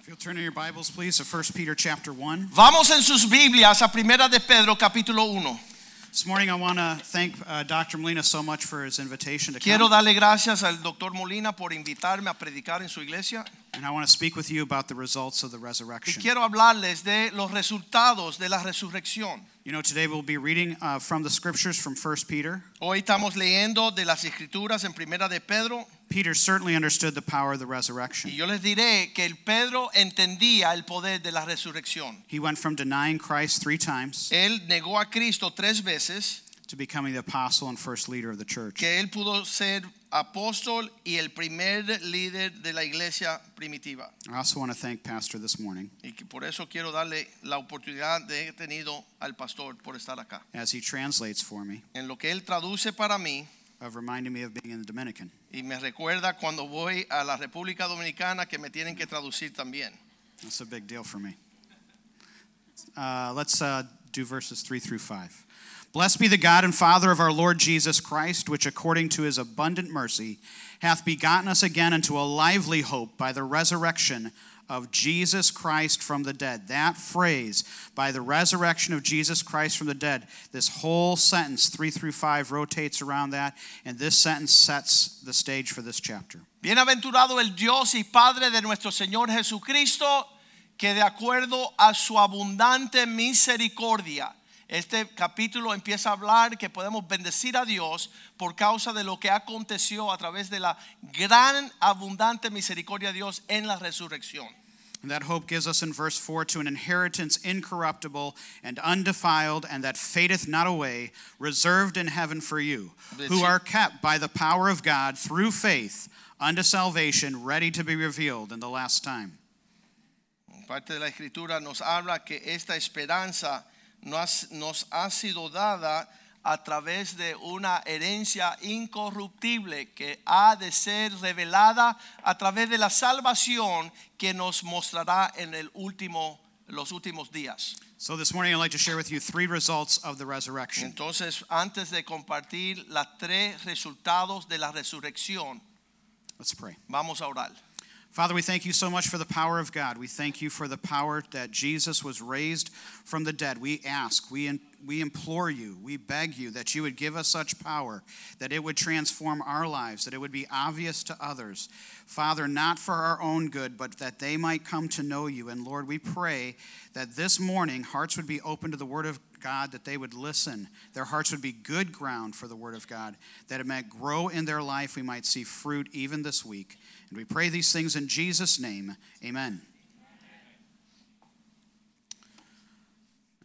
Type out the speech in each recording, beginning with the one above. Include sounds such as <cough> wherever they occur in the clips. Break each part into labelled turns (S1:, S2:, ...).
S1: If you'll turn in your Bibles, please, to 1 Peter chapter 1.
S2: Vamos en sus Biblias a Primera de Pedro capítulo 1.
S1: This morning, I want to thank uh, Dr. Molina so much for his invitation to
S2: Quiero
S1: come.
S2: darle gracias al doctor Molina por invitarme a predicar en su iglesia.
S1: And I want to speak with you about the results of the
S2: Y
S1: resurrection.
S2: quiero hablarles de los resultados de la resurrección.
S1: You know, today we'll be reading uh, from the scriptures from 1 Peter.
S2: Hoy estamos leyendo de las escrituras en Primera de Pedro
S1: Peter certainly understood the power of the
S2: y
S1: resurrection.
S2: yo les diré que el Pedro entendía el poder de la resurrección.
S1: He went from denying Christ three times
S2: Él negó a Cristo tres veces
S1: to becoming the apostle and first leader of the church.
S2: que él pudo ser apóstol y el primer líder de la iglesia primitiva.
S1: I also want to thank Pastor this morning
S2: Y que por eso quiero darle la oportunidad de he tenido al pastor por estar acá.
S1: as he translates for me
S2: En lo que él traduce para mí
S1: of reminding me of being in the Dominican.
S2: y me recuerda cuando voy a la República Dominicana que me tienen que traducir también.
S1: That's a big deal for me. Uh, let's uh, do verses 3 through 5. Blessed be the God and Father of our Lord Jesus Christ, which according to his abundant mercy hath begotten us again unto a lively hope by the resurrection of Jesus Christ from the dead. That phrase, by the resurrection of Jesus Christ from the dead, this whole sentence, 3 through 5, rotates around that, and this sentence sets the stage for this chapter.
S2: Bienaventurado el Dios y Padre de nuestro Señor Jesucristo, que de acuerdo a su abundante misericordia, este capítulo empieza a hablar que podemos bendecir a Dios por causa de lo que aconteció a través de la gran abundante misericordia de Dios en la resurrección.
S1: And that hope gives us in verse 4 to an inheritance incorruptible and undefiled, and that fadeth not away, reserved in heaven for you,
S2: Bless
S1: who
S2: you.
S1: are kept by the power of God through faith unto salvation, ready to be revealed in the last time.
S2: Parte de la escritura nos habla que esta esperanza nos, nos ha sido dada a través de una herencia incorruptible que ha de ser revelada a través de la salvación que nos mostrará en el último, los últimos días.
S1: So this morning I'd like to share with you three results of the
S2: Mm.
S1: resurrection.
S2: Entonces, antes de compartir los tres resultados de la resurrección,
S1: Let's pray.
S2: vamos a orar.
S1: Father, we thank you so much for the power of God. We thank you for the power that Jesus was raised from the dead. We ask, we, we implore you, we beg you that you would give us such power that it would transform our lives, that it would be obvious to others. Father, not for our own good, but that they might come to know you. And Lord, we pray that this morning hearts would be open to the word of God, that they would listen. Their hearts would be good ground for the word of God, that it might grow in their life. We might see fruit even this week. And we pray these things in Jesus' name. Amen.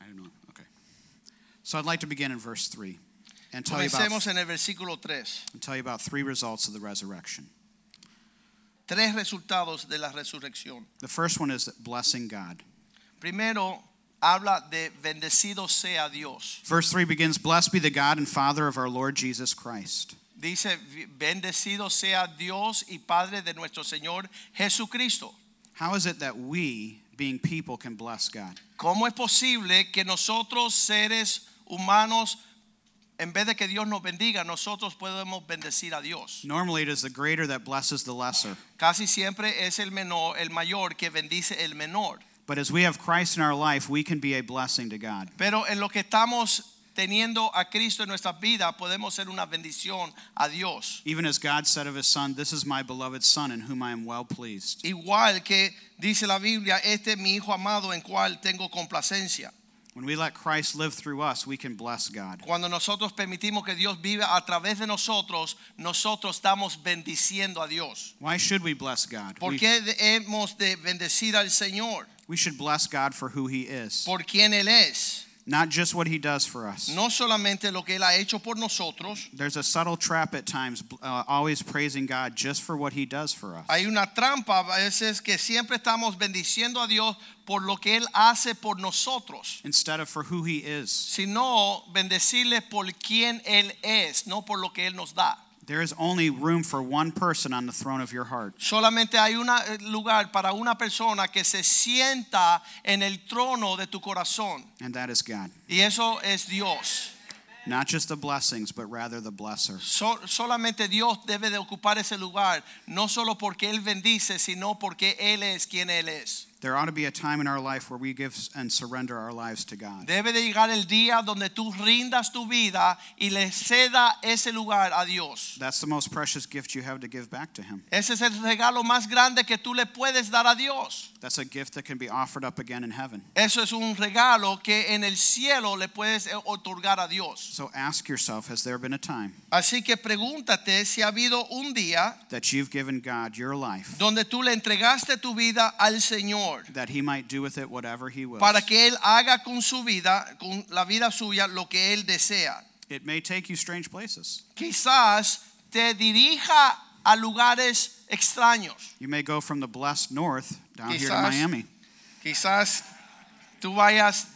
S1: I don't know. Okay. So I'd like to begin in verse 3 and tell you about,
S2: Comencemos en el versículo 3.
S1: and tell you about three results of the resurrection.
S2: Tres resultados de la resurrección.
S1: The first one is blessing God.
S2: Primero habla de bendecido sea Dios.
S1: Verse 3 begins Blessed be the God and Father of our Lord Jesus Christ.
S2: Dice, bendecido sea Dios y Padre de nuestro Señor Jesucristo.
S1: How is it that we, being people, can bless God?
S2: ¿Cómo es posible que nosotros seres humanos, en vez de que Dios nos bendiga, nosotros podemos bendecir a Dios?
S1: Normally, it is the greater that blesses the lesser.
S2: Casi siempre es el menor, el mayor que bendice el menor.
S1: But as we have Christ in our life, we can be a blessing to God.
S2: Pero en lo que estamos teniendo a Cristo en nuestras vidas, podemos ser una bendición a Dios.
S1: Even as God said of his Son, This is my beloved Son in whom I am well pleased.
S2: Igual que dice la Biblia, este es mi hijo amado en cual tengo complacencia.
S1: When we let Christ live through us, we can bless God.
S2: Cuando nosotros permitimos que Dios viva a través de nosotros, nosotros estamos bendiciendo a Dios.
S1: Why should we bless God?
S2: ¿Por
S1: We,
S2: qué hemos de bendecir al Señor?
S1: we should bless God for who he is.
S2: Por quien Él es.
S1: Not just what he does for us.
S2: No solamente lo que Él ha hecho por nosotros,
S1: There's a subtle trap at times, uh, always praising God just for what he does for us.
S2: hay una trampa a veces que siempre estamos bendiciendo a Dios por lo que Él hace por nosotros,
S1: instead of for who he is.
S2: sino bendecirle por quien Él es, no por lo que Él nos da.
S1: There is only room for one person on the throne of your heart.
S2: Solamente hay un lugar para una persona que se sienta en el trono de tu corazón.
S1: And that is God.
S2: Y eso es Dios.
S1: Not just the blessings, but rather the blesser.
S2: So- solamente Dios debe de ocupar ese lugar, no solo porque Él bendice, sino porque Él es quien Él es.
S1: There ought to be a time in our life where we give and surrender our lives to God.
S2: Debe de llegar el día donde tú rindas tu vida y le ceda ese lugar a Dios.
S1: That's the most precious gift you have to give back to him.
S2: Ese es el regalo más grande que tú le puedes dar a Dios.
S1: That's a gift that can be offered up again in heaven.
S2: Eso es un regalo que en el cielo le puedes eh, otorgar a Dios.
S1: So ask yourself Has there been a time
S2: Así que pregúntate si ha habido un día
S1: that you've given God your life
S2: donde tú le entregaste tu vida al Señor
S1: that he might do with it whatever he wills?
S2: para que Él haga con su vida, con la vida suya, lo que Él desea.
S1: It may take you strange places.
S2: Quizás te dirija a lugares extraños.
S1: You may go from the blessed north down here to
S2: Quizás-
S1: Miami. <laughs>
S2: Quizás tú vayas,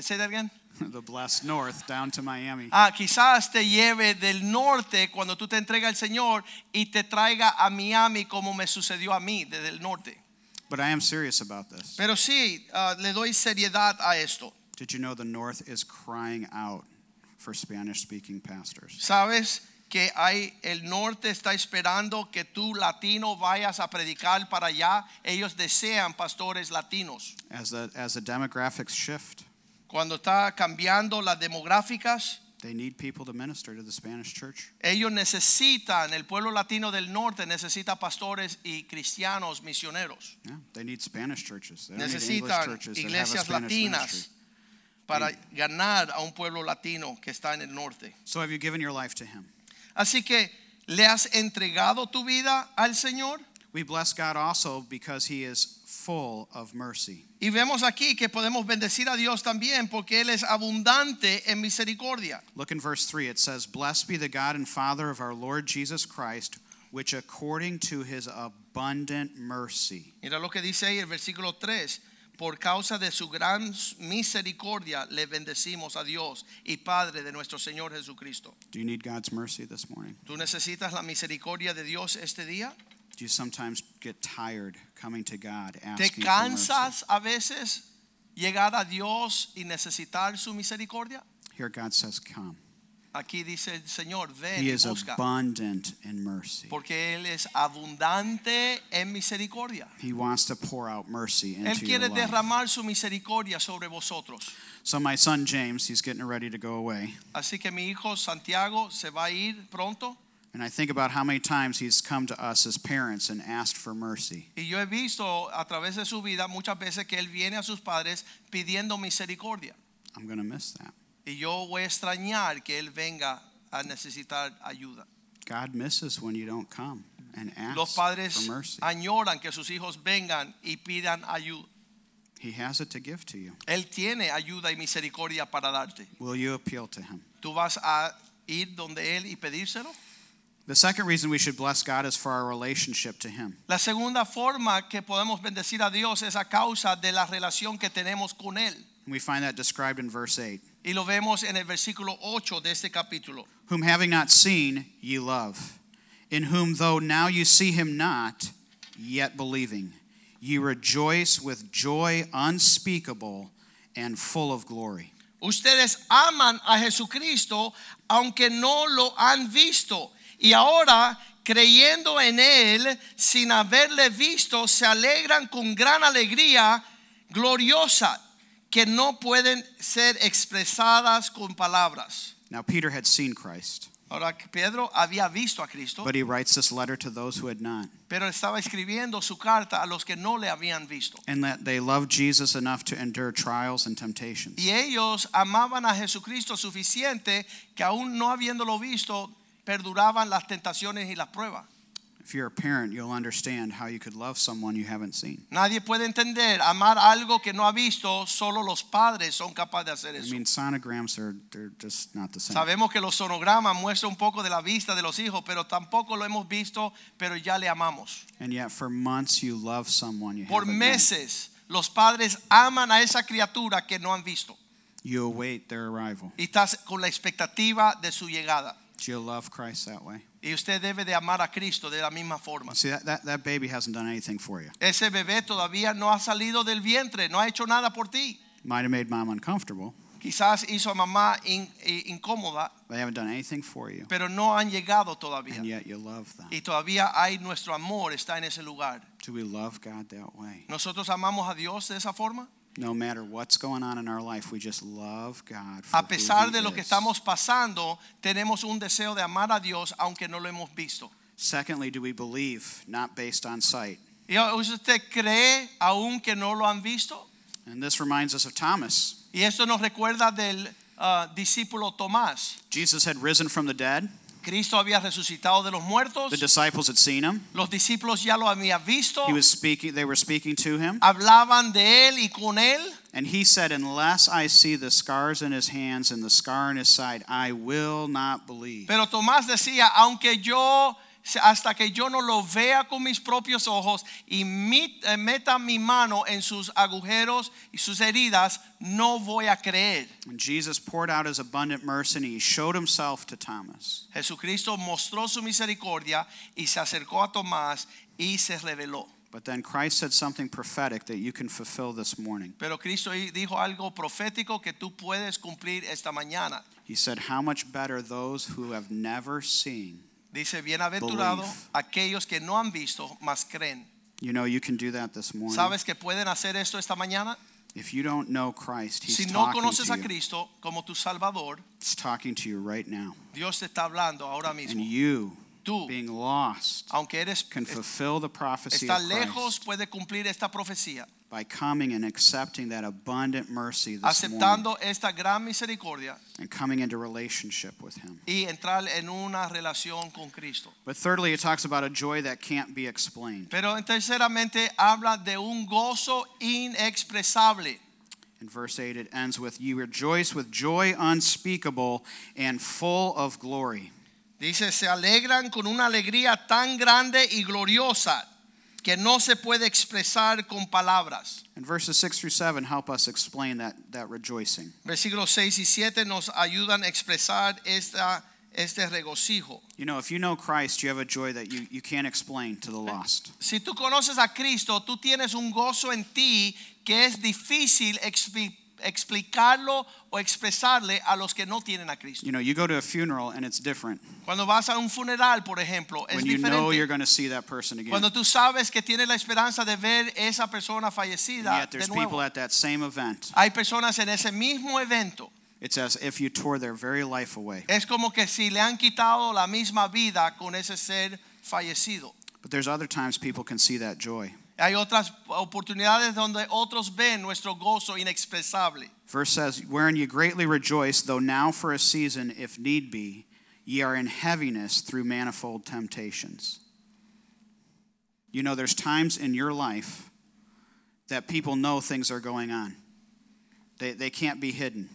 S2: say that again.
S1: the blessed north down to Miami.
S2: Ah, quizás te lleve del norte cuando tú te entregas al Señor y te traiga a Miami como me sucedió a mí desde el norte.
S1: But I am serious about this.
S2: Pero sí, ah, le doy seriedad a esto.
S1: Did you know the north is crying out for Spanish speaking pastors?
S2: Sabes que hay el norte está esperando que tú latino vayas a predicar para allá. Ellos desean pastores latinos.
S1: As the, as the demographics shift,
S2: Cuando está cambiando las demográficas,
S1: they need people to minister to the Spanish church.
S2: ellos necesitan, el pueblo latino del norte necesita pastores y cristianos misioneros.
S1: Yeah, they need Spanish churches. They don't need English
S2: Necesitan
S1: churches that have a
S2: iglesias
S1: Spanish
S2: latinas
S1: ministry.
S2: para ganar a un pueblo latino que está en el norte.
S1: So have you given your life to Him?
S2: Así que, ¿le has entregado tu vida al Señor?
S1: We bless God also because He is full of mercy.
S2: Y vemos aquí que podemos bendecir a Dios también porque Él es abundante en misericordia.
S1: Look in verse 3. It says, Blessed be the God and Father of our Lord Jesus Christ, which according to His abundant mercy.
S2: Mira lo que dice ahí el versículo 3. Por causa de su gran misericordia le bendecimos a Dios y Padre de nuestro Señor Jesucristo.
S1: Do you need God's mercy this morning?
S2: ¿Tú necesitas la misericordia de Dios este día?
S1: Do you sometimes get tired coming to God
S2: ¿Te
S1: asking for mercy?
S2: cansas a veces llegar a Dios y necesitar su misericordia?
S1: Here God says, "Come."
S2: Aquí dice el Señor, ven
S1: He
S2: y
S1: is
S2: busca.
S1: abundant in mercy.
S2: Porque Él es abundante en misericordia.
S1: He wants to pour out mercy
S2: Él
S1: into your
S2: quiere
S1: life.
S2: derramar su misericordia sobre vosotros.
S1: So my son James, he's getting ready to go away,
S2: Así que mi hijo Santiago se va a ir pronto
S1: and I think about how many times he's come to us as parents and asked for mercy.
S2: y yo he visto a través de su vida muchas veces que él viene a sus padres pidiendo misericordia
S1: I'm going to miss that.
S2: y yo voy a extrañar que él venga a necesitar ayuda.
S1: God misses when you don't come and
S2: Los
S1: ask
S2: padres
S1: for mercy.
S2: añoran que sus hijos vengan y pidan ayuda.
S1: He has it to give to you.
S2: Él tiene ayuda y misericordia para darte.
S1: Will you appeal to him?
S2: ¿Tú vas a ir donde él y pedírselo?
S1: The second reason we should bless God is for our relationship to him.
S2: La segunda forma que podemos bendecir a Dios es a causa de la relación que tenemos con Él.
S1: And we find that described in verse 8.
S2: Y lo vemos en el versículo 8 de este capítulo.
S1: whom having not seen ye love, in whom though now you see him not, yet believing, ye rejoice with joy unspeakable and full of glory.
S2: Ustedes aman a Jesucristo aunque no lo han visto. Y ahora, creyendo en Él, sin haberle visto, se alegran con gran alegría gloriosa que no pueden ser expresadas con palabras.
S1: Now, Peter had seen Christ,
S2: Ahora, Pedro había visto a Cristo.
S1: but he writes this letter to those who had not,
S2: pero estaba escribiendo su carta a los que no le habían visto.
S1: and that they loved Jesus enough to endure trials and temptations.
S2: Y ellos amaban a Jesucristo suficiente que aún no habiéndolo visto, perduraban las tentaciones y las pruebas.
S1: If you're a parent, you'll understand how you could love someone you haven't seen.
S2: Nadie puede entender, amar algo que no ha visto, solo los padres son capaces de hacer
S1: I
S2: eso.
S1: mean, sonograms are they're just not the same.
S2: Sabemos que los sonogramas muestran un poco de la vista de los hijos, pero tampoco lo hemos visto, pero ya le amamos.
S1: And yet, for months, you love someone you
S2: Por
S1: haven't met.
S2: meses los padres aman a esa criatura que no han visto
S1: You await their arrival.
S2: y estás con la expectativa de su llegada.
S1: Do you love Christ that way?
S2: Y usted debe de amar a Cristo de la misma forma.
S1: See, that, that, that baby hasn't done anything for you.
S2: Ese bebé todavía no ha salido del vientre, no ha hecho nada por ti.
S1: Might have made mom uncomfortable.
S2: Quizás hizo a mamá in- i- incómoda,
S1: They haven't done anything for you.
S2: pero no han llegado
S1: And
S2: todavía.
S1: yet, you love them.
S2: Y todavía hay nuestro amor está en ese lugar.
S1: Do we love God that way?
S2: Nosotros amamos a Dios de esa forma.
S1: No matter what's going on in our life, we just love God. For
S2: A pesar
S1: who
S2: de
S1: he
S2: lo que
S1: is.
S2: estamos pasando, tenemos un deseo de amar a Dios aunque no lo hemos visto.
S1: Secondly, do we believe not based on sight?
S2: ¿Y usted cree aún que no lo han visto?
S1: And this reminds us of Thomas.
S2: Y esto nos recuerda del ah, discípulo Tomás.
S1: Jesus had risen from the dead.
S2: Cristo había resucitado de los muertos.
S1: The disciples had seen him.
S2: Los discípulos ya lo habían visto.
S1: He was speaking. They were speaking to him,
S2: Hablaban de él y con él.
S1: and he said, "Unless I see the scars in his hands and the scar in his side, I will not believe."
S2: Pero Tomás decía, aunque yo, hasta que yo no lo vea con mis propios ojos y mi- eh, meta mi mano en sus agujeros y sus heridas, no voy a creer.
S1: And Jesus poured out his abundant mercy, and he showed himself to Thomas.
S2: Jesucristo mostró su misericordia y se acercó a Tomás y se reveló.
S1: But then Christ said something prophetic that you can fulfill this morning.
S2: Pero Cristo ahí dijo algo profético que tú puedes cumplir esta mañana.
S1: He said, "How much better those who have never seen."
S2: Dice, bienaventurado
S1: Belief.
S2: aquellos que no han visto, mas creen.
S1: You know, you can do that this morning.
S2: ¿Sabes que pueden hacer esto esta mañana?
S1: If you don't know Christ, he's
S2: Si no
S1: talking
S2: conoces
S1: to
S2: a
S1: you.
S2: Cristo como tu Salvador,
S1: He's talking to you right now.
S2: Dios te está hablando ahora
S1: And
S2: mismo.
S1: you,
S2: Tú,
S1: being lost,
S2: aunque eres
S1: can fulfill the prophecy
S2: está
S1: of Christ
S2: lejos, puede cumplir esta profecía,
S1: by coming and accepting that abundant mercy this morning
S2: aceptando esta gran misericordia
S1: and coming into relationship with him.
S2: y entrar en una relación con Cristo.
S1: But thirdly, it talks about a joy that can't be explained.
S2: Pero en terceramente habla de un gozo inexpresable.
S1: In verse 8, it ends with, You rejoice with joy unspeakable and full of glory.
S2: Dice, se alegran con una alegría tan grande y gloriosa que no se puede expresar con palabras.
S1: And verses 6 through 7 help us explain that, that rejoicing.
S2: Versículos 6 y 7 nos ayudan a expresar esta, este regocijo.
S1: You know, if you know Christ, you have a joy that you, you can't explain to
S2: Eh.
S1: the lost.
S2: Si tú conoces a Cristo, tú tienes un gozo en ti que es difícil expli- explicarlo o expresarle a los que no tienen a Cristo.
S1: You know, you go to a funeral and it's different.
S2: Cuando vas a un funeral, por ejemplo, es
S1: when you know
S2: diferente.
S1: you're going to see that person again.
S2: Cuando tú sabes que tienes la esperanza de ver esa persona
S1: and
S2: fallecida
S1: yet
S2: "Ah, de
S1: there's
S2: nuevo.
S1: people at that same event.
S2: Hay personas en ese mismo evento.
S1: It's as if you tore their very life away.
S2: Es como que si le han quitado la misma vida con ese ser fallecido.
S1: But there's other times people can see that joy.
S2: Hay otras oportunidades donde otros ven nuestro gozo inexpresable.
S1: Verse says, "Wherein you greatly rejoice, though now for a season, if need be, ye are in heaviness through manifold temptations." You know, there's times in your life that people know things are going on. They, they can't be hidden.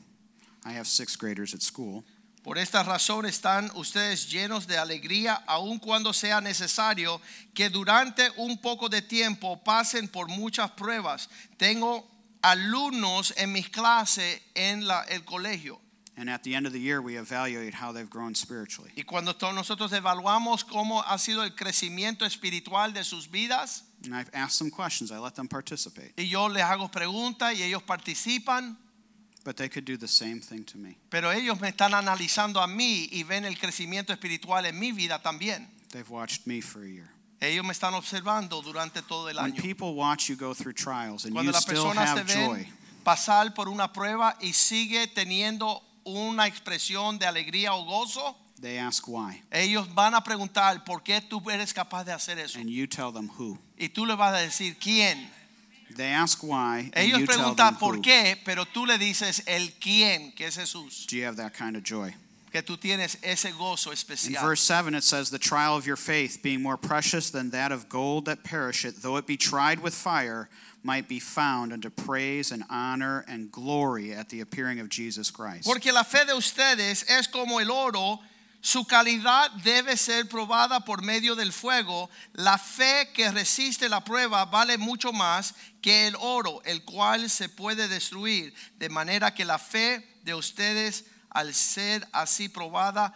S1: I have sixth graders at school.
S2: Por esta razón están ustedes llenos de alegría, aun cuando sea necesario que durante un poco de tiempo pasen por muchas pruebas. Tengo alumnos en mis clases en la- el colegio.
S1: And at the end of the year, we evaluate how they've grown spiritually.
S2: Y cuando to- nosotros evaluamos cómo ha sido el crecimiento espiritual de sus vidas,
S1: And I've asked them questions, I let them participate.
S2: y yo les hago preguntas y ellos participan,
S1: But they could do the same thing to me.
S2: pero ellos me están analizando a mí y ven el crecimiento espiritual en mi vida también.
S1: They've watched me for a year.
S2: Ellos me están observando durante todo el
S1: When
S2: año.
S1: people watch you go through trials and
S2: Cuando
S1: you
S2: las
S1: still
S2: personas te
S1: have
S2: ven
S1: joy,
S2: pasar por una prueba y sigue teniendo una expresión de alegría o gozo,
S1: they ask why.
S2: ellos van a preguntar por qué tú eres capaz de hacer eso.
S1: And you tell them who.
S2: Y tú le vas a decir quién.
S1: They ask why, and
S2: Ellos
S1: you tell them
S2: preguntan por
S1: who.
S2: qué, pero tú le dices el quién, que es Jesús.
S1: Do you have that kind of joy?
S2: que tú tienes ese gozo
S1: In
S2: especial.
S1: verse 7, it says, The trial of your faith, being more precious than that of gold that perisheth, though it be tried with fire, might be found unto praise and honor and glory at the appearing of Jesus Christ.
S2: Porque la fe de ustedes es como el oro, su calidad debe ser probada por medio del fuego. La fe que resiste la prueba vale mucho más que el oro, el cual se puede destruir. De manera que la fe de ustedes, al ser así probada,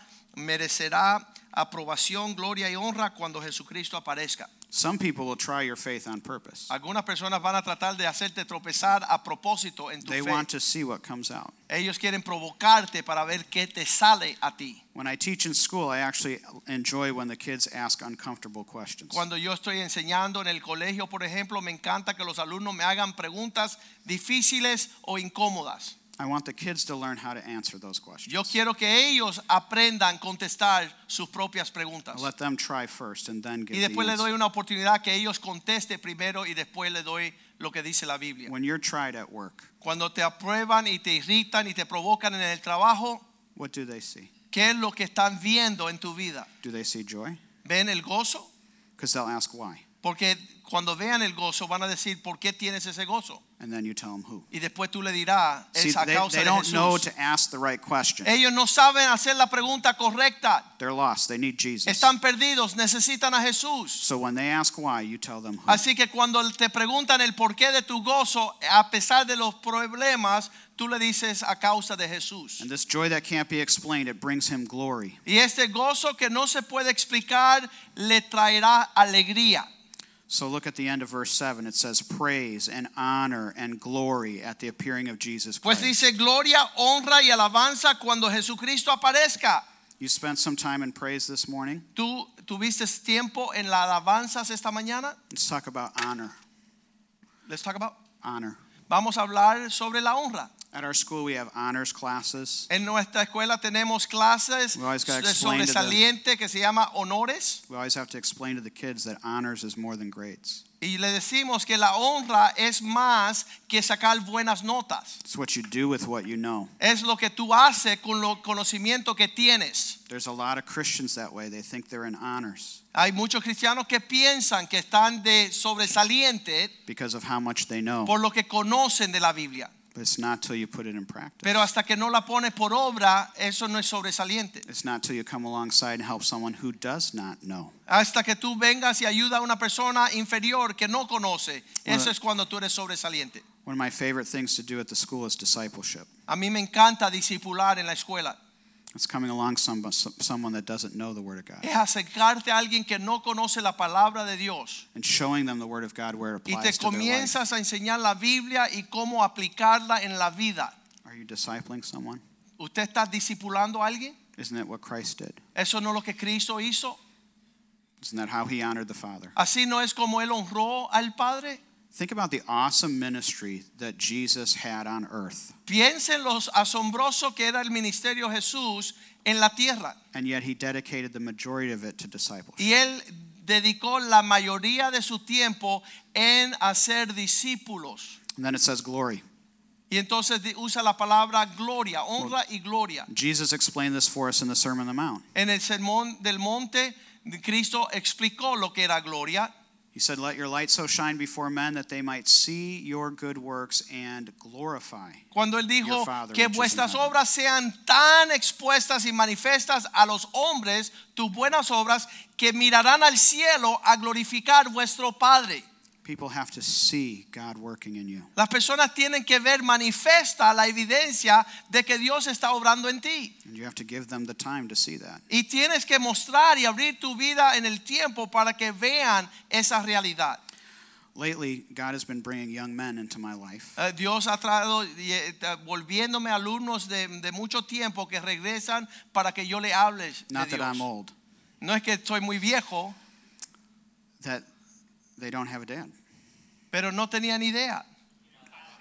S2: merecerá aprobación, gloria y honra cuando Jesucristo aparezca.
S1: Some people will try your faith on purpose,
S2: Algunas personas van a tratar de hacerte tropezar a propósito en tu
S1: they
S2: fe.
S1: want to see what comes out.
S2: Ellos quieren provocarte para ver qué te sale a ti.
S1: When I teach in school, I actually enjoy when the kids ask uncomfortable questions.
S2: Cuando yo estoy enseñando en el colegio, por ejemplo, me encanta que los alumnos me hagan preguntas difíciles o incómodas.
S1: I want the kids to learn how to answer those questions.
S2: Yo quiero que ellos aprendan a contestar sus propias preguntas.
S1: I'll let them try first and then
S2: Y
S1: give the
S2: después le
S1: answer.
S2: doy una oportunidad que ellos contesten primero y después le doy lo que dice la Biblia.
S1: When you're tried at work,
S2: Cuando te aprueban y te irritan y te provocan en el trabajo,
S1: what do they see?
S2: ¿qué es lo que están viendo en tu vida?
S1: Do they see joy?
S2: ¿Ven el gozo?
S1: Because they'll ask why.
S2: Porque cuando vean el gozo van a decir, ¿por qué tienes ese gozo?
S1: And then you tell them who.
S2: Y después tú le dirás,
S1: See,
S2: es a
S1: they,
S2: causa
S1: they
S2: de
S1: don't know
S2: Jesús.
S1: to ask the right question.
S2: Ellos no saben hacer la pregunta correcta.
S1: They're lost. They need Jesus.
S2: Están perdidos, necesitan a Jesús.
S1: So when they ask why, you tell them who.
S2: Así que cuando te preguntan el porqué de tu gozo, a pesar de los problemas, tú le dices a causa de Jesús.
S1: And this joy that can't be explained, it brings him glory.
S2: Y este gozo que no se puede explicar le traerá alegría.
S1: So look at the end of verse 7. It says, Praise and honor and glory at the appearing of Jesus
S2: Pues
S1: Christ.
S2: dice gloria, honra y alabanza cuando Jesucristo aparezca.
S1: you spent some time in praise this morning.
S2: ¿Tú tuviste tiempo en las alabanzas esta mañana?
S1: Let's talk about honor.
S2: Let's talk about-
S1: Honor.
S2: Vamos a hablar sobre la honra.
S1: At our school, we have honors classes.
S2: En nuestra escuela tenemos clases
S1: We always gotta
S2: de
S1: explain to them.
S2: sobresaliente que se llama honores
S1: We always have to explain to the kids that honors is more than grades.
S2: y le decimos que la honra es más que sacar buenas notas.
S1: It's what you do with what you know.
S2: Es lo que tú haces con los conocimiento que tienes.
S1: There's a lot of Christians that way. They think they're in honors
S2: Hay muchos cristianos que piensan que están de sobresaliente
S1: because of how much they know.
S2: por lo que conocen de la Biblia,
S1: But it's not till you put it in practice.
S2: pero hasta que no la pones por obra, eso no es sobresaliente.
S1: it's not till you come alongside and help someone who does not know.
S2: Hasta que tú vengas y ayudas a una persona inferior que no conoce, eso es cuando tú eres sobresaliente.
S1: One of my favorite things to do at the school is discipleship.
S2: A mí me encanta discipular en la escuela.
S1: It's coming along some, someone that doesn't know the Word of God
S2: Es acercarte a alguien que no conoce la palabra de Dios
S1: and showing them the Word of God where it
S2: y
S1: applies
S2: te
S1: to their life.
S2: comienzas a enseñar la Biblia y cómo aplicarla en la vida.
S1: Are you discipling someone?
S2: ¿Usted está discipulando a alguien?
S1: Isn't that what Christ did?
S2: Eso no es lo que Cristo hizo.
S1: Isn't that how he honored the Father?
S2: Así no es como él honró al Padre.
S1: Think about the awesome ministry that Jesus had on earth,
S2: Piensen los asombroso que era el ministerio de Jesús en la tierra
S1: and yet he dedicated the majority of it to discipleship.
S2: y él dedicó la mayoría de su tiempo en hacer discípulos.
S1: And then it says glory.
S2: Y entonces di- usa la palabra gloria, honra y gloria.
S1: Jesus explained this for us in the Sermon on the Mount.
S2: En el sermón del monte, Cristo explicó lo que era gloria.
S1: He said, Let your light so shine before men that they might see your good works and glorify.
S2: Cuando él dijo
S1: Your Father
S2: que
S1: which is in
S2: vuestras
S1: heaven.
S2: obras sean tan expuestas y manifestas a los hombres, tus buenas obras, que mirarán al cielo a glorificar vuestro Padre.
S1: People have to see God working in you.
S2: Las personas tienen que ver manifiesta la evidencia de que Dios está obrando en ti.
S1: And you have to give them the time to see that.
S2: Y tienes que mostrar y abrir tu vida en el tiempo para que vean esa realidad.
S1: Lately, God has been bringing young men into my life.
S2: Eh, Dios ha traído y, eh, ta- volviéndome alumnos de, de mucho tiempo que regresan para que yo le hables. de
S1: Not that
S2: Dios.
S1: I'm old,
S2: No es que estoy muy viejo,
S1: that they don't have a dad.
S2: pero no tenían idea.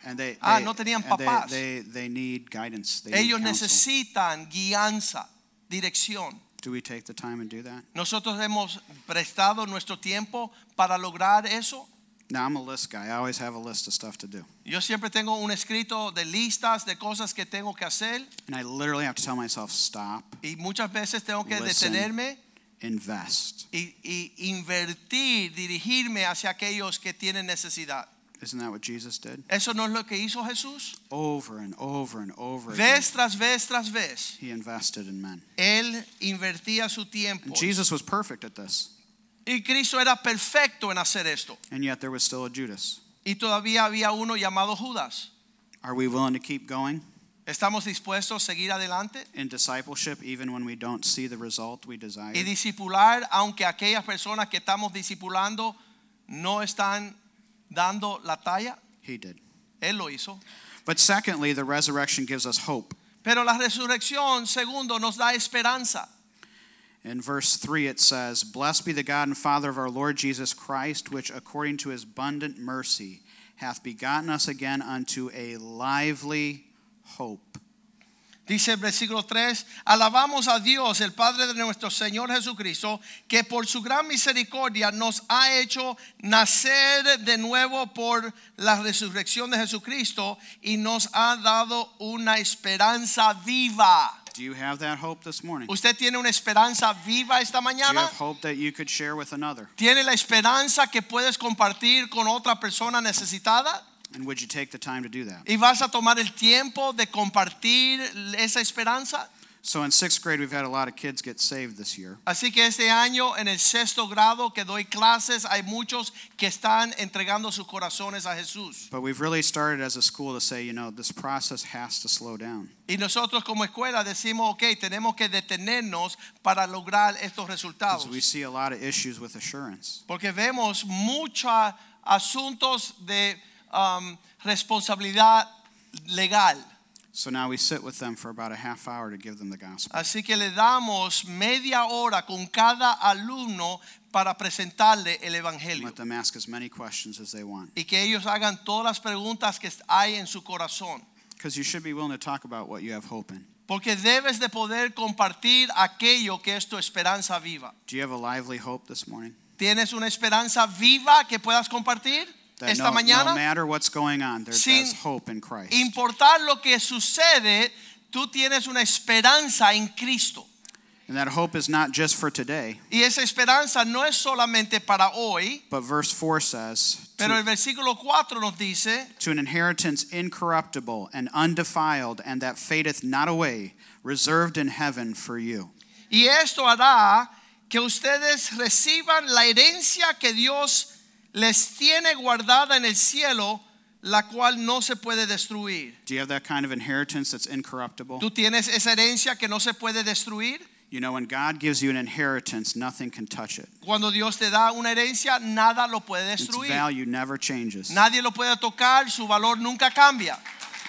S1: And they,
S2: Ah,
S1: they-
S2: no tenían
S1: and they-
S2: papás.
S1: They, they, need guidance. They
S2: Ellos
S1: need counsel.
S2: necesitan guianza, dirección.
S1: Do we take the time and do that?
S2: Nosotros hemos prestado nuestro tiempo para lograr eso.
S1: Now, I'm a list guy. I always have a list of stuff to do.
S2: Yo siempre tengo un escrito de listas de cosas que tengo que hacer
S1: And I literally have to tell myself stop,
S2: y muchas veces tengo que
S1: Listen.
S2: detenerme
S1: invest.
S2: y, y invertir, dirigirme hacia aquellos que tienen necesidad.
S1: Isn't that what Jesus did?
S2: Eso no es lo que hizo Jesús.
S1: Over and over and over again,
S2: Vez tras vez tras vez,
S1: he invested in men.
S2: él invertía su tiempo.
S1: And Jesus was perfect at this.
S2: Y Cristo era perfecto en hacer esto.
S1: And yet there was still a Judas.
S2: Y todavía había uno llamado Judas.
S1: Are we willing to keep going
S2: ¿Estamos dispuestos a seguir adelante
S1: in discipleship even when we don't see the result we desire?
S2: y discipular aunque aquellas personas que estamos discipulando no están dando la talla?
S1: He did.
S2: Él lo hizo.
S1: But secondly, the resurrection gives us hope.
S2: Pero la resurrección, segundo, nos da esperanza.
S1: In verse 3, it says, Blessed be the God and Father of our Lord Jesus Christ, which according to his abundant mercy hath begotten us again unto a lively hope.
S2: Dice el versículo 3, alabamos a Dios, el Padre de nuestro Señor Jesucristo, que por su gran misericordia nos ha hecho nacer de nuevo por la resurrección de Jesucristo y nos ha dado una esperanza viva.
S1: Do you have that hope this morning? Do
S2: ¿Usted tiene una esperanza viva esta
S1: you
S2: mañana?
S1: have hope that you could share with another?
S2: ¿Tiene la esperanza que puedes compartir con otra persona necesitada?
S1: And would you take the time to do that?
S2: ¿Y vas a tomar el tiempo de compartir esa esperanza?
S1: So in sixth grade, we've had a lot of kids get saved this year.
S2: Así que este año en el sexto grado que doy clases hay muchos que están entregando sus corazones a Jesús.
S1: But we've really started as a school to say, you know, this process has to slow down.
S2: Y nosotros como escuela decimos, ok, tenemos que detenernos para lograr estos resultados.
S1: Because we see a lot of issues with assurance.
S2: Porque vemos muchos asuntos de um, responsabilidad legal.
S1: So now we sit with them for about a half hour to give them the gospel.
S2: Así que le damos media hora con cada alumno para presentarle el Evangelio.
S1: Let them ask as many questions as they want.
S2: Y que ellos hagan todas las preguntas que hay en su corazón.
S1: Because you should be willing to talk about what you have hope in.
S2: Porque debes de poder compartir aquello que es tu esperanza viva.
S1: Do you have a lively hope this morning?
S2: ¿Tienes una esperanza viva que puedas compartir
S1: That
S2: esta
S1: no,
S2: mañana?
S1: no matter what's going on, there,
S2: Sin-
S1: there's hope in Christ.
S2: Importar lo que sucede, tú tienes una esperanza en Cristo.
S1: and that hope is not just for today,
S2: Y esa esperanza no es solamente para hoy,
S1: but verse 4 says, to,
S2: pero el versículo 4 nos dice,
S1: to an inheritance incorruptible and undefiled, and that fadeth not away, reserved in heaven for you.
S2: y esto hará que ustedes reciban la herencia que Dios les tiene guardada en el cielo, la cual no se puede destruir.
S1: Do you have that kind of inheritance that's incorruptible?
S2: Tú tienes esa herencia que no se puede destruir.
S1: You know, when God gives you an inheritance, nothing can touch it.
S2: Cuando Dios te da una herencia, nada lo puede
S1: Its
S2: destruir.
S1: value never changes.
S2: Nadie lo puede tocar, su valor nunca cambia.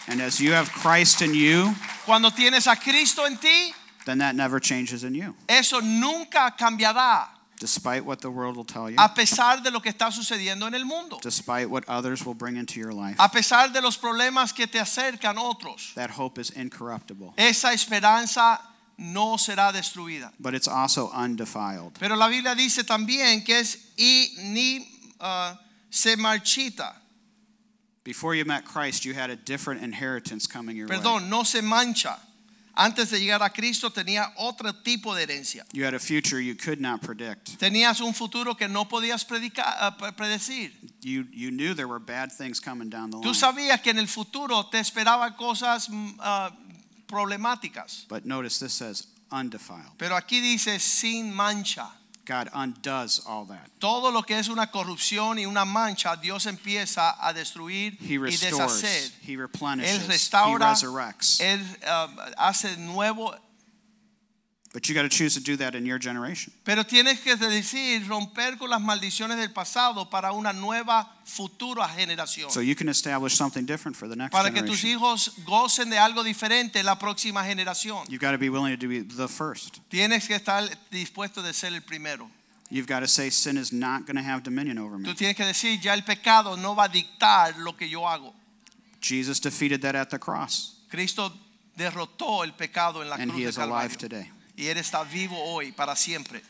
S1: And as you have Christ in you,
S2: Cuando tienes a Cristo en ti,
S1: then that never changes in you,
S2: eso nunca cambiará,
S1: despite what the world will tell you,
S2: a pesar de lo que está sucediendo en el mundo,
S1: despite what others will bring into your life.
S2: a pesar de los problemas que te acercan otros.
S1: That hope is incorruptible,
S2: Esa esperanza no será destruida.
S1: but it's also undefiled.
S2: Pero la Biblia dice también que es y ni ah, se marchita.
S1: Before you met Christ, you had a different inheritance coming your way.
S2: perdón, no se mancha. Antes de llegar a Cristo tenía otro tipo de herencia.
S1: You had a future you could not predict.
S2: Tenías un futuro que no podías predicar, ah, pre- predecir.
S1: You, you knew there were bad things coming down the
S2: Tú
S1: line.
S2: sabías que en el futuro te esperaban cosas mm, ah, problemáticas.
S1: But notice this says undefiled.
S2: Pero aquí dice sin mancha.
S1: God undoes all that.
S2: Todo lo que es una corrupción y una mancha, Dios empieza a destruir
S1: He
S2: y deshacer.
S1: restores. He replenishes.
S2: Él
S1: He
S2: restaura.
S1: resurrects.
S2: Él ah, hace nuevo.
S1: But you got to choose to do that in your generation.
S2: Pero tienes que decir romper con las maldiciones del pasado para una nueva futura generación.
S1: So you can establish something different for the next
S2: para que tus
S1: generation.
S2: hijos gocen de algo diferente en la próxima generación.
S1: You've got to be willing to be the first.
S2: Tienes que estar dispuesto de ser el primero.
S1: You've got to say sin is not going to have dominion over me.
S2: Tú tienes que decir, ya el pecado no va a dictar lo que yo hago.
S1: Jesus defeated that at the cross,
S2: Cristo derrotó el pecado en la
S1: and
S2: cruz
S1: he
S2: de
S1: is alive
S2: Calvario.
S1: today,
S2: Y él está vivo hoy para siempre.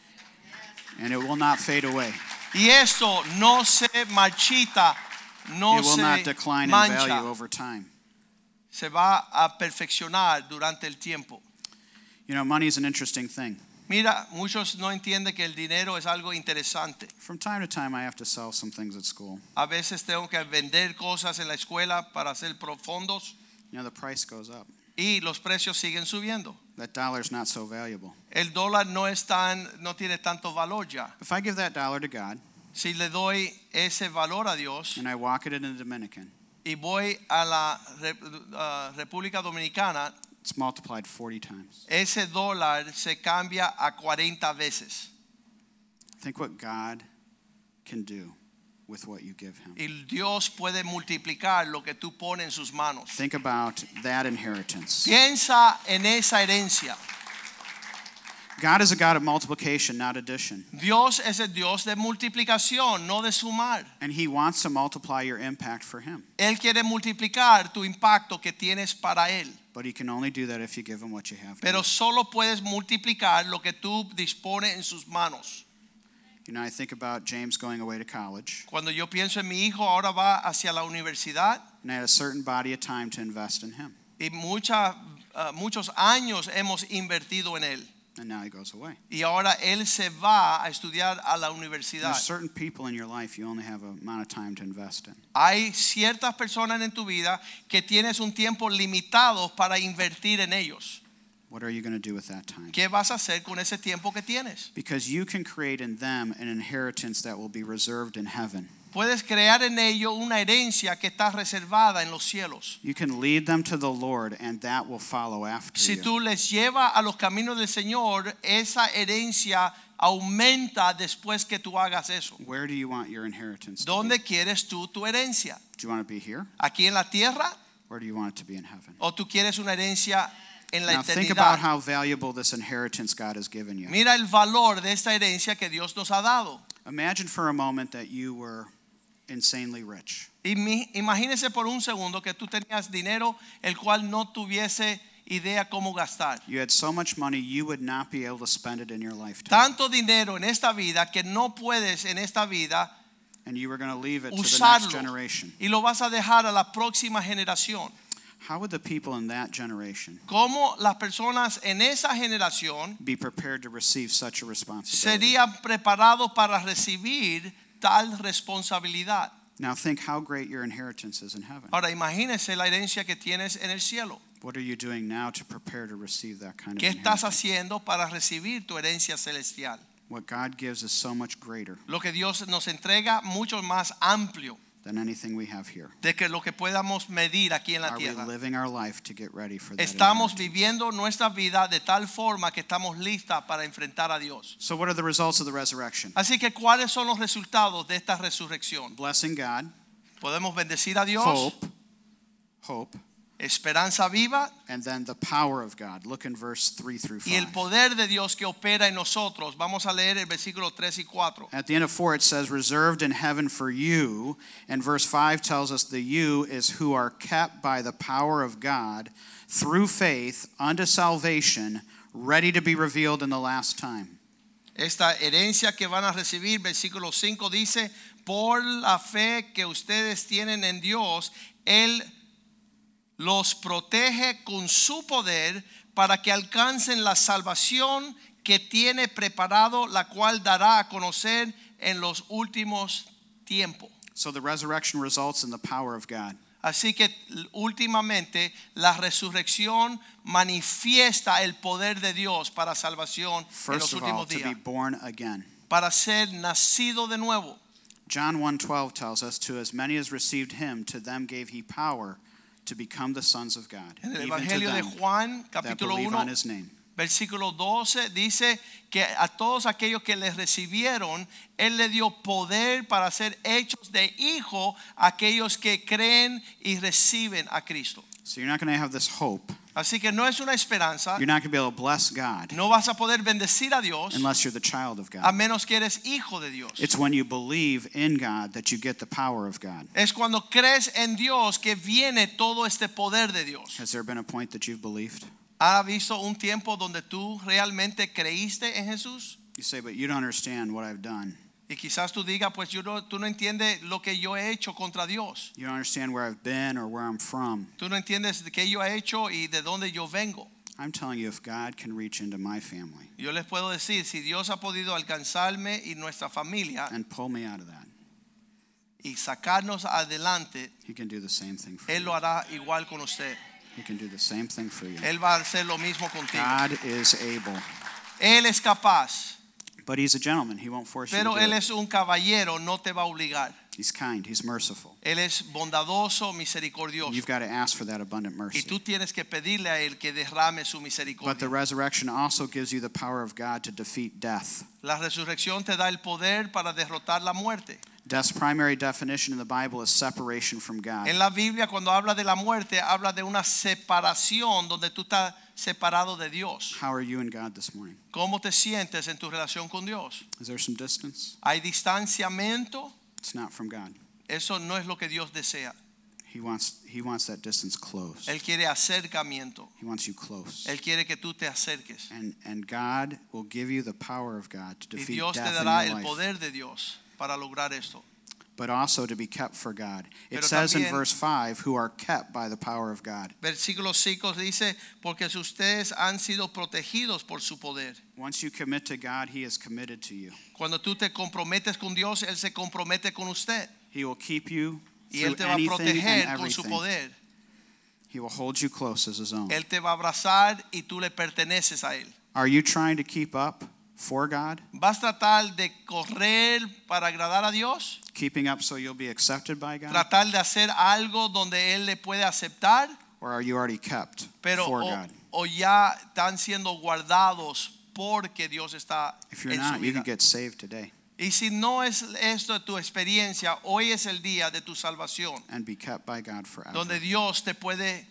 S1: and it will not fade away.
S2: Y esto no se marchita, no
S1: It will
S2: se
S1: not decline in
S2: mancha,
S1: value over time.
S2: se va a perfeccionar durante el tiempo.
S1: You know, money is an interesting thing.
S2: Mira, muchos no entienden que el dinero es algo interesante.
S1: From time to time, I have to sell some things at school.
S2: A veces tengo que vender cosas en la escuela para hacer profundos
S1: You know, the price goes up.
S2: y los precios siguen subiendo.
S1: That dollar's not so valuable.
S2: El dólar no es tan, no tiene tanto valor ya.
S1: If I give that dollar to God
S2: Si le doy ese valor a Dios
S1: and I walk it in the Dominican,
S2: y voy a la Re- uh, República Dominicana,
S1: it's multiplied 40 times.
S2: ese dólar se cambia a 40 veces.
S1: Think what God can do with what you give Him.
S2: Y Dios puede multiplicar lo que tú pones en sus manos.
S1: Think about that inheritance.
S2: Piensa en esa herencia.
S1: God is a God of multiplication, not addition.
S2: Dios es el Dios de multiplicación, no de sumar.
S1: And He wants to multiply your impact for Him.
S2: Él quiere multiplicar tu impacto que tienes para Él.
S1: But He can only do that if you give Him what you have. to
S2: Pero
S1: him.
S2: solo puedes multiplicar lo que tú dispones en sus manos.
S1: You know, I think about James going away to college,
S2: Cuando yo pienso en mi hijo, ahora va hacia la universidad
S1: and I had a certain body of time to invest in him.
S2: y mucha- ah, muchos años hemos invertido en él.
S1: And now he goes away.
S2: Y ahora él se va a estudiar a la universidad.
S1: There's certain people in your life you only have an amount of time to invest in.
S2: Hay ciertas personas en tu vida que tienes un tiempo limitado para invertir en ellos.
S1: What are you going to do with that time?
S2: ¿Qué vas a hacer con ese tiempo que tienes?
S1: Because you can create in them an inheritance that will be reserved in heaven.
S2: Puedes crear en ello una herencia que está reservada en los cielos.
S1: You can lead them to the Lord, and that will follow after
S2: Si
S1: you.
S2: tú les llevas a los caminos del Señor, esa herencia aumenta después que tú hagas eso.
S1: Where do you want your inheritance? to be?
S2: ¿Dónde quieres tú tu herencia?
S1: Do you want it to be here,
S2: ¿Aquí en la tierra
S1: or do you want it to be in heaven?
S2: o tú quieres una herencia en la
S1: Now think about
S2: eternidad?
S1: how valuable this inheritance God has given you.
S2: Mira el valor de esta herencia que Dios nos ha dado.
S1: Imagine for a moment that you were insanely rich.
S2: Y mi- Imagínese por un segundo que tú tenías dinero el cual no tuviese idea cómo gastar.
S1: You had so much money you would not be able to spend it in your lifetime,
S2: Tanto dinero en esta vida que no puedes en esta vida
S1: and you were going to leave it to the next
S2: usarlo
S1: generation.
S2: y lo vas a dejar a la próxima generación.
S1: How would the people in that generation
S2: ¿Cómo las personas en esa generación
S1: be prepared to receive such a responsibility?
S2: serían preparados para recibir tal responsabilidad?
S1: Now think how great your inheritance is in heaven.
S2: Ahora imagínese la herencia que tienes en el cielo.
S1: What are you doing now to prepare to receive that kind of
S2: ¿Qué estás
S1: inheritance?
S2: haciendo para recibir tu herencia celestial?
S1: What God gives is so much greater
S2: Lo que Dios nos entrega mucho más amplio
S1: than anything we have here.
S2: de que lo que podamos medir aquí en la
S1: Are Ah, we
S2: tierra.
S1: living our life to get ready for that?
S2: Estamos
S1: inheritance?
S2: viviendo nuestra vida de tal forma que estamos listas para enfrentar a Dios.
S1: So what are the results of the resurrection?
S2: Así que ¿cuáles son los resultados de esta resurrección?
S1: Blessing God,
S2: Podemos bendecir a Dios,
S1: hope, hope,
S2: esperanza viva
S1: and then the power of God. Look in verse 3 through
S2: y el
S1: 5.
S2: poder de Dios que opera en nosotros. Vamos a leer el versículo 3 y 4.
S1: At the end of 4, it says, reserved in heaven for you. And verse 5 tells us the you is who are kept by the power of God through faith unto salvation, ready to be revealed in the last time.
S2: Esta herencia que van a recibir, versículo 5 dice, por la fe que ustedes tienen en Dios, Él los protege con su poder para que alcancen la salvación que tiene preparado, la cual dará a conocer en los últimos tiempos.
S1: So the resurrection results in the power of God.
S2: Así que últimamente la resurrección manifiesta el poder de Dios para salvación en
S1: First
S2: los
S1: of all,
S2: últimos
S1: to be
S2: días,
S1: born again.
S2: para ser nacido de nuevo.
S1: John 1:12 tells us, "To as many as received him, to them gave he power to become the sons of God,
S2: En el
S1: even to
S2: Evangelio de
S1: them
S2: Juan,
S1: that
S2: capítulo
S1: believe on
S2: 1,
S1: his name."
S2: versículo 12, dice que a todos aquellos que les recibieron, Él le dio poder para ser hechos de hijo a aquellos que creen y reciben a Cristo.
S1: So you're not going to have this hope.
S2: Así que no es una esperanza,
S1: You're not going to be able to bless God
S2: no vas a poder bendecir a Dios
S1: unless you're the child of
S2: a
S1: God.
S2: menos que eres hijo de Dios.
S1: It's when you believe in God that you get the power of God.
S2: Es cuando crees en Dios que viene todo este poder de Dios.
S1: Has there been a point that you've believed?
S2: ¿Ha visto un tiempo donde tú realmente creíste en Jesús?
S1: You say, "But you don't understand what I've done."
S2: Y quizás tú digas, pues yo no, tú no entiendes lo que yo he hecho contra Dios.
S1: You don't understand where I've been or where I'm from.
S2: Tú no entiendes qué yo he hecho y de dónde yo vengo.
S1: I'm telling you, if God can reach into my family
S2: Yo les puedo decir, si Dios ha podido alcanzarme y nuestra familia
S1: and pull me out of that,
S2: y sacarnos adelante,
S1: He can do the same thing for
S2: Él
S1: you.
S2: lo hará igual con usted.
S1: He can do the same thing for you.
S2: Él va a hacer lo mismo contigo.
S1: God is able,
S2: Él es capaz,
S1: but He's a gentleman. He won't force you. To
S2: pero
S1: do
S2: Él
S1: it.
S2: es un caballero, no te va a obligar.
S1: He's kind. He's merciful.
S2: Él es bondadoso,
S1: You've
S2: misericordioso.
S1: got to ask for that abundant
S2: Y
S1: mercy.
S2: tú tienes que pedirle a Él que derrame su
S1: But the
S2: misericordia.
S1: resurrection also gives you the power of God to defeat death.
S2: La resurrección te da el poder para derrotar la muerte.
S1: Death's primary definition in the Bible is separation from God.
S2: En la Biblia cuando habla de la muerte, habla de una separación donde tú estás separado de Dios.
S1: How are you and God this morning?
S2: ¿Cómo te sientes en tu relación con Dios?
S1: Is there some distance?
S2: ¿Hay distanciamiento?
S1: It's not from God.
S2: Eso no es lo que Dios desea.
S1: He wants he wants that distance close.
S2: Él quiere acercamiento.
S1: He wants you close.
S2: Él quiere que tú te acerques.
S1: And and God will give you the power of God to
S2: Y
S1: defeat
S2: Dios te
S1: death in
S2: dará el
S1: your life,
S2: poder de Dios para lograr esto.
S1: but also to be kept for God. It
S2: Pero
S1: says in
S2: también-
S1: verse 5 who are kept by the power of God.
S2: Versículo 5 dice, porque si ustedes han sido protegidos por su poder.
S1: Once you commit to God, he is committed to you.
S2: Cuando tú te comprometes con Dios, Él se compromete con usted.
S1: He will keep you
S2: Y
S1: through
S2: Él te va a
S1: anything and
S2: proteger con su
S1: everything. Mm.
S2: poder.
S1: He will hold you close as his own.
S2: Él te va a abrazar y tú le perteneces a Él.
S1: Are you trying to keep up for God?
S2: ¿Vas a tratar de correr para agradar a Dios?
S1: Keeping up so you'll be accepted by God?
S2: ¿Tratar de hacer algo donde Él le puede aceptar?
S1: Or are you already kept
S2: Pero
S1: for
S2: o,
S1: God?
S2: o ya están siendo guardados porque Dios está
S1: If you're
S2: en su
S1: not, you
S2: vida.
S1: can get saved today
S2: Y si no es esto tu experiencia, hoy es el día de tu salvación,
S1: and be kept by God forever.
S2: donde Dios te puede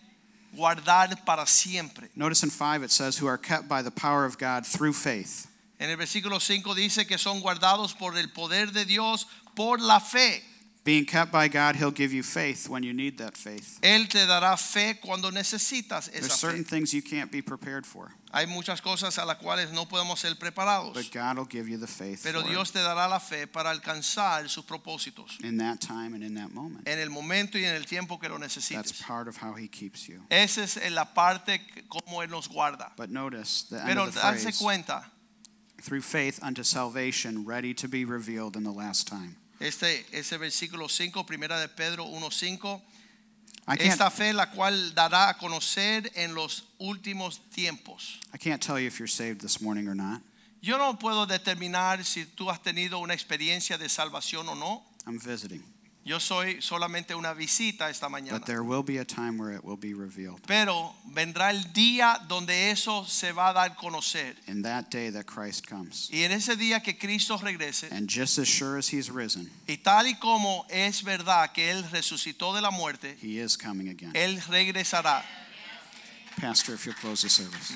S2: guardar para siempre.
S1: Notice in 5 it says, who are kept by the power of God through faith.
S2: En el versículo 5 dice que son guardados por el poder de Dios, por la fe.
S1: Being kept by God, he'll give you faith when you need that faith.
S2: Él te dará fe cuando necesitas esa
S1: There's certain
S2: fe.
S1: things you can't be prepared for,
S2: Hay muchas cosas a las cuales no podemos ser preparados,
S1: but God will give you the faith
S2: pero
S1: for
S2: Dios te dará la fe para alcanzar sus propósitos
S1: it in that time and in that moment.
S2: en el momento y en el tiempo que lo
S1: That's
S2: necesites.
S1: part of how he keeps you.
S2: Esa es la parte que- como Él nos guarda.
S1: But notice the end
S2: Pero
S1: of the
S2: darse
S1: phrase,
S2: cuenta,
S1: through faith unto salvation, ready to be revealed in the last time.
S2: este, ese versículo 5, primera de Pedro 1.5,
S1: I can't,
S2: esta fe la cual dará a conocer en los últimos tiempos.
S1: I can't tell you if you're saved this morning or not.
S2: Yo no puedo determinar si tú has tenido una experiencia de salvación o no.
S1: I'm visiting.
S2: Yo soy solamente una visita esta mañana.
S1: But there will be a time where it will be revealed.
S2: Pero vendrá el día donde eso se va a dar a conocer.
S1: In that day that Christ comes.
S2: Y en ese día que Cristo regrese,
S1: And just as sure as he's risen,
S2: y tal y como es verdad que Él resucitó de la muerte,
S1: he is coming again.
S2: Él regresará.
S1: Pastor, if you'll close the service.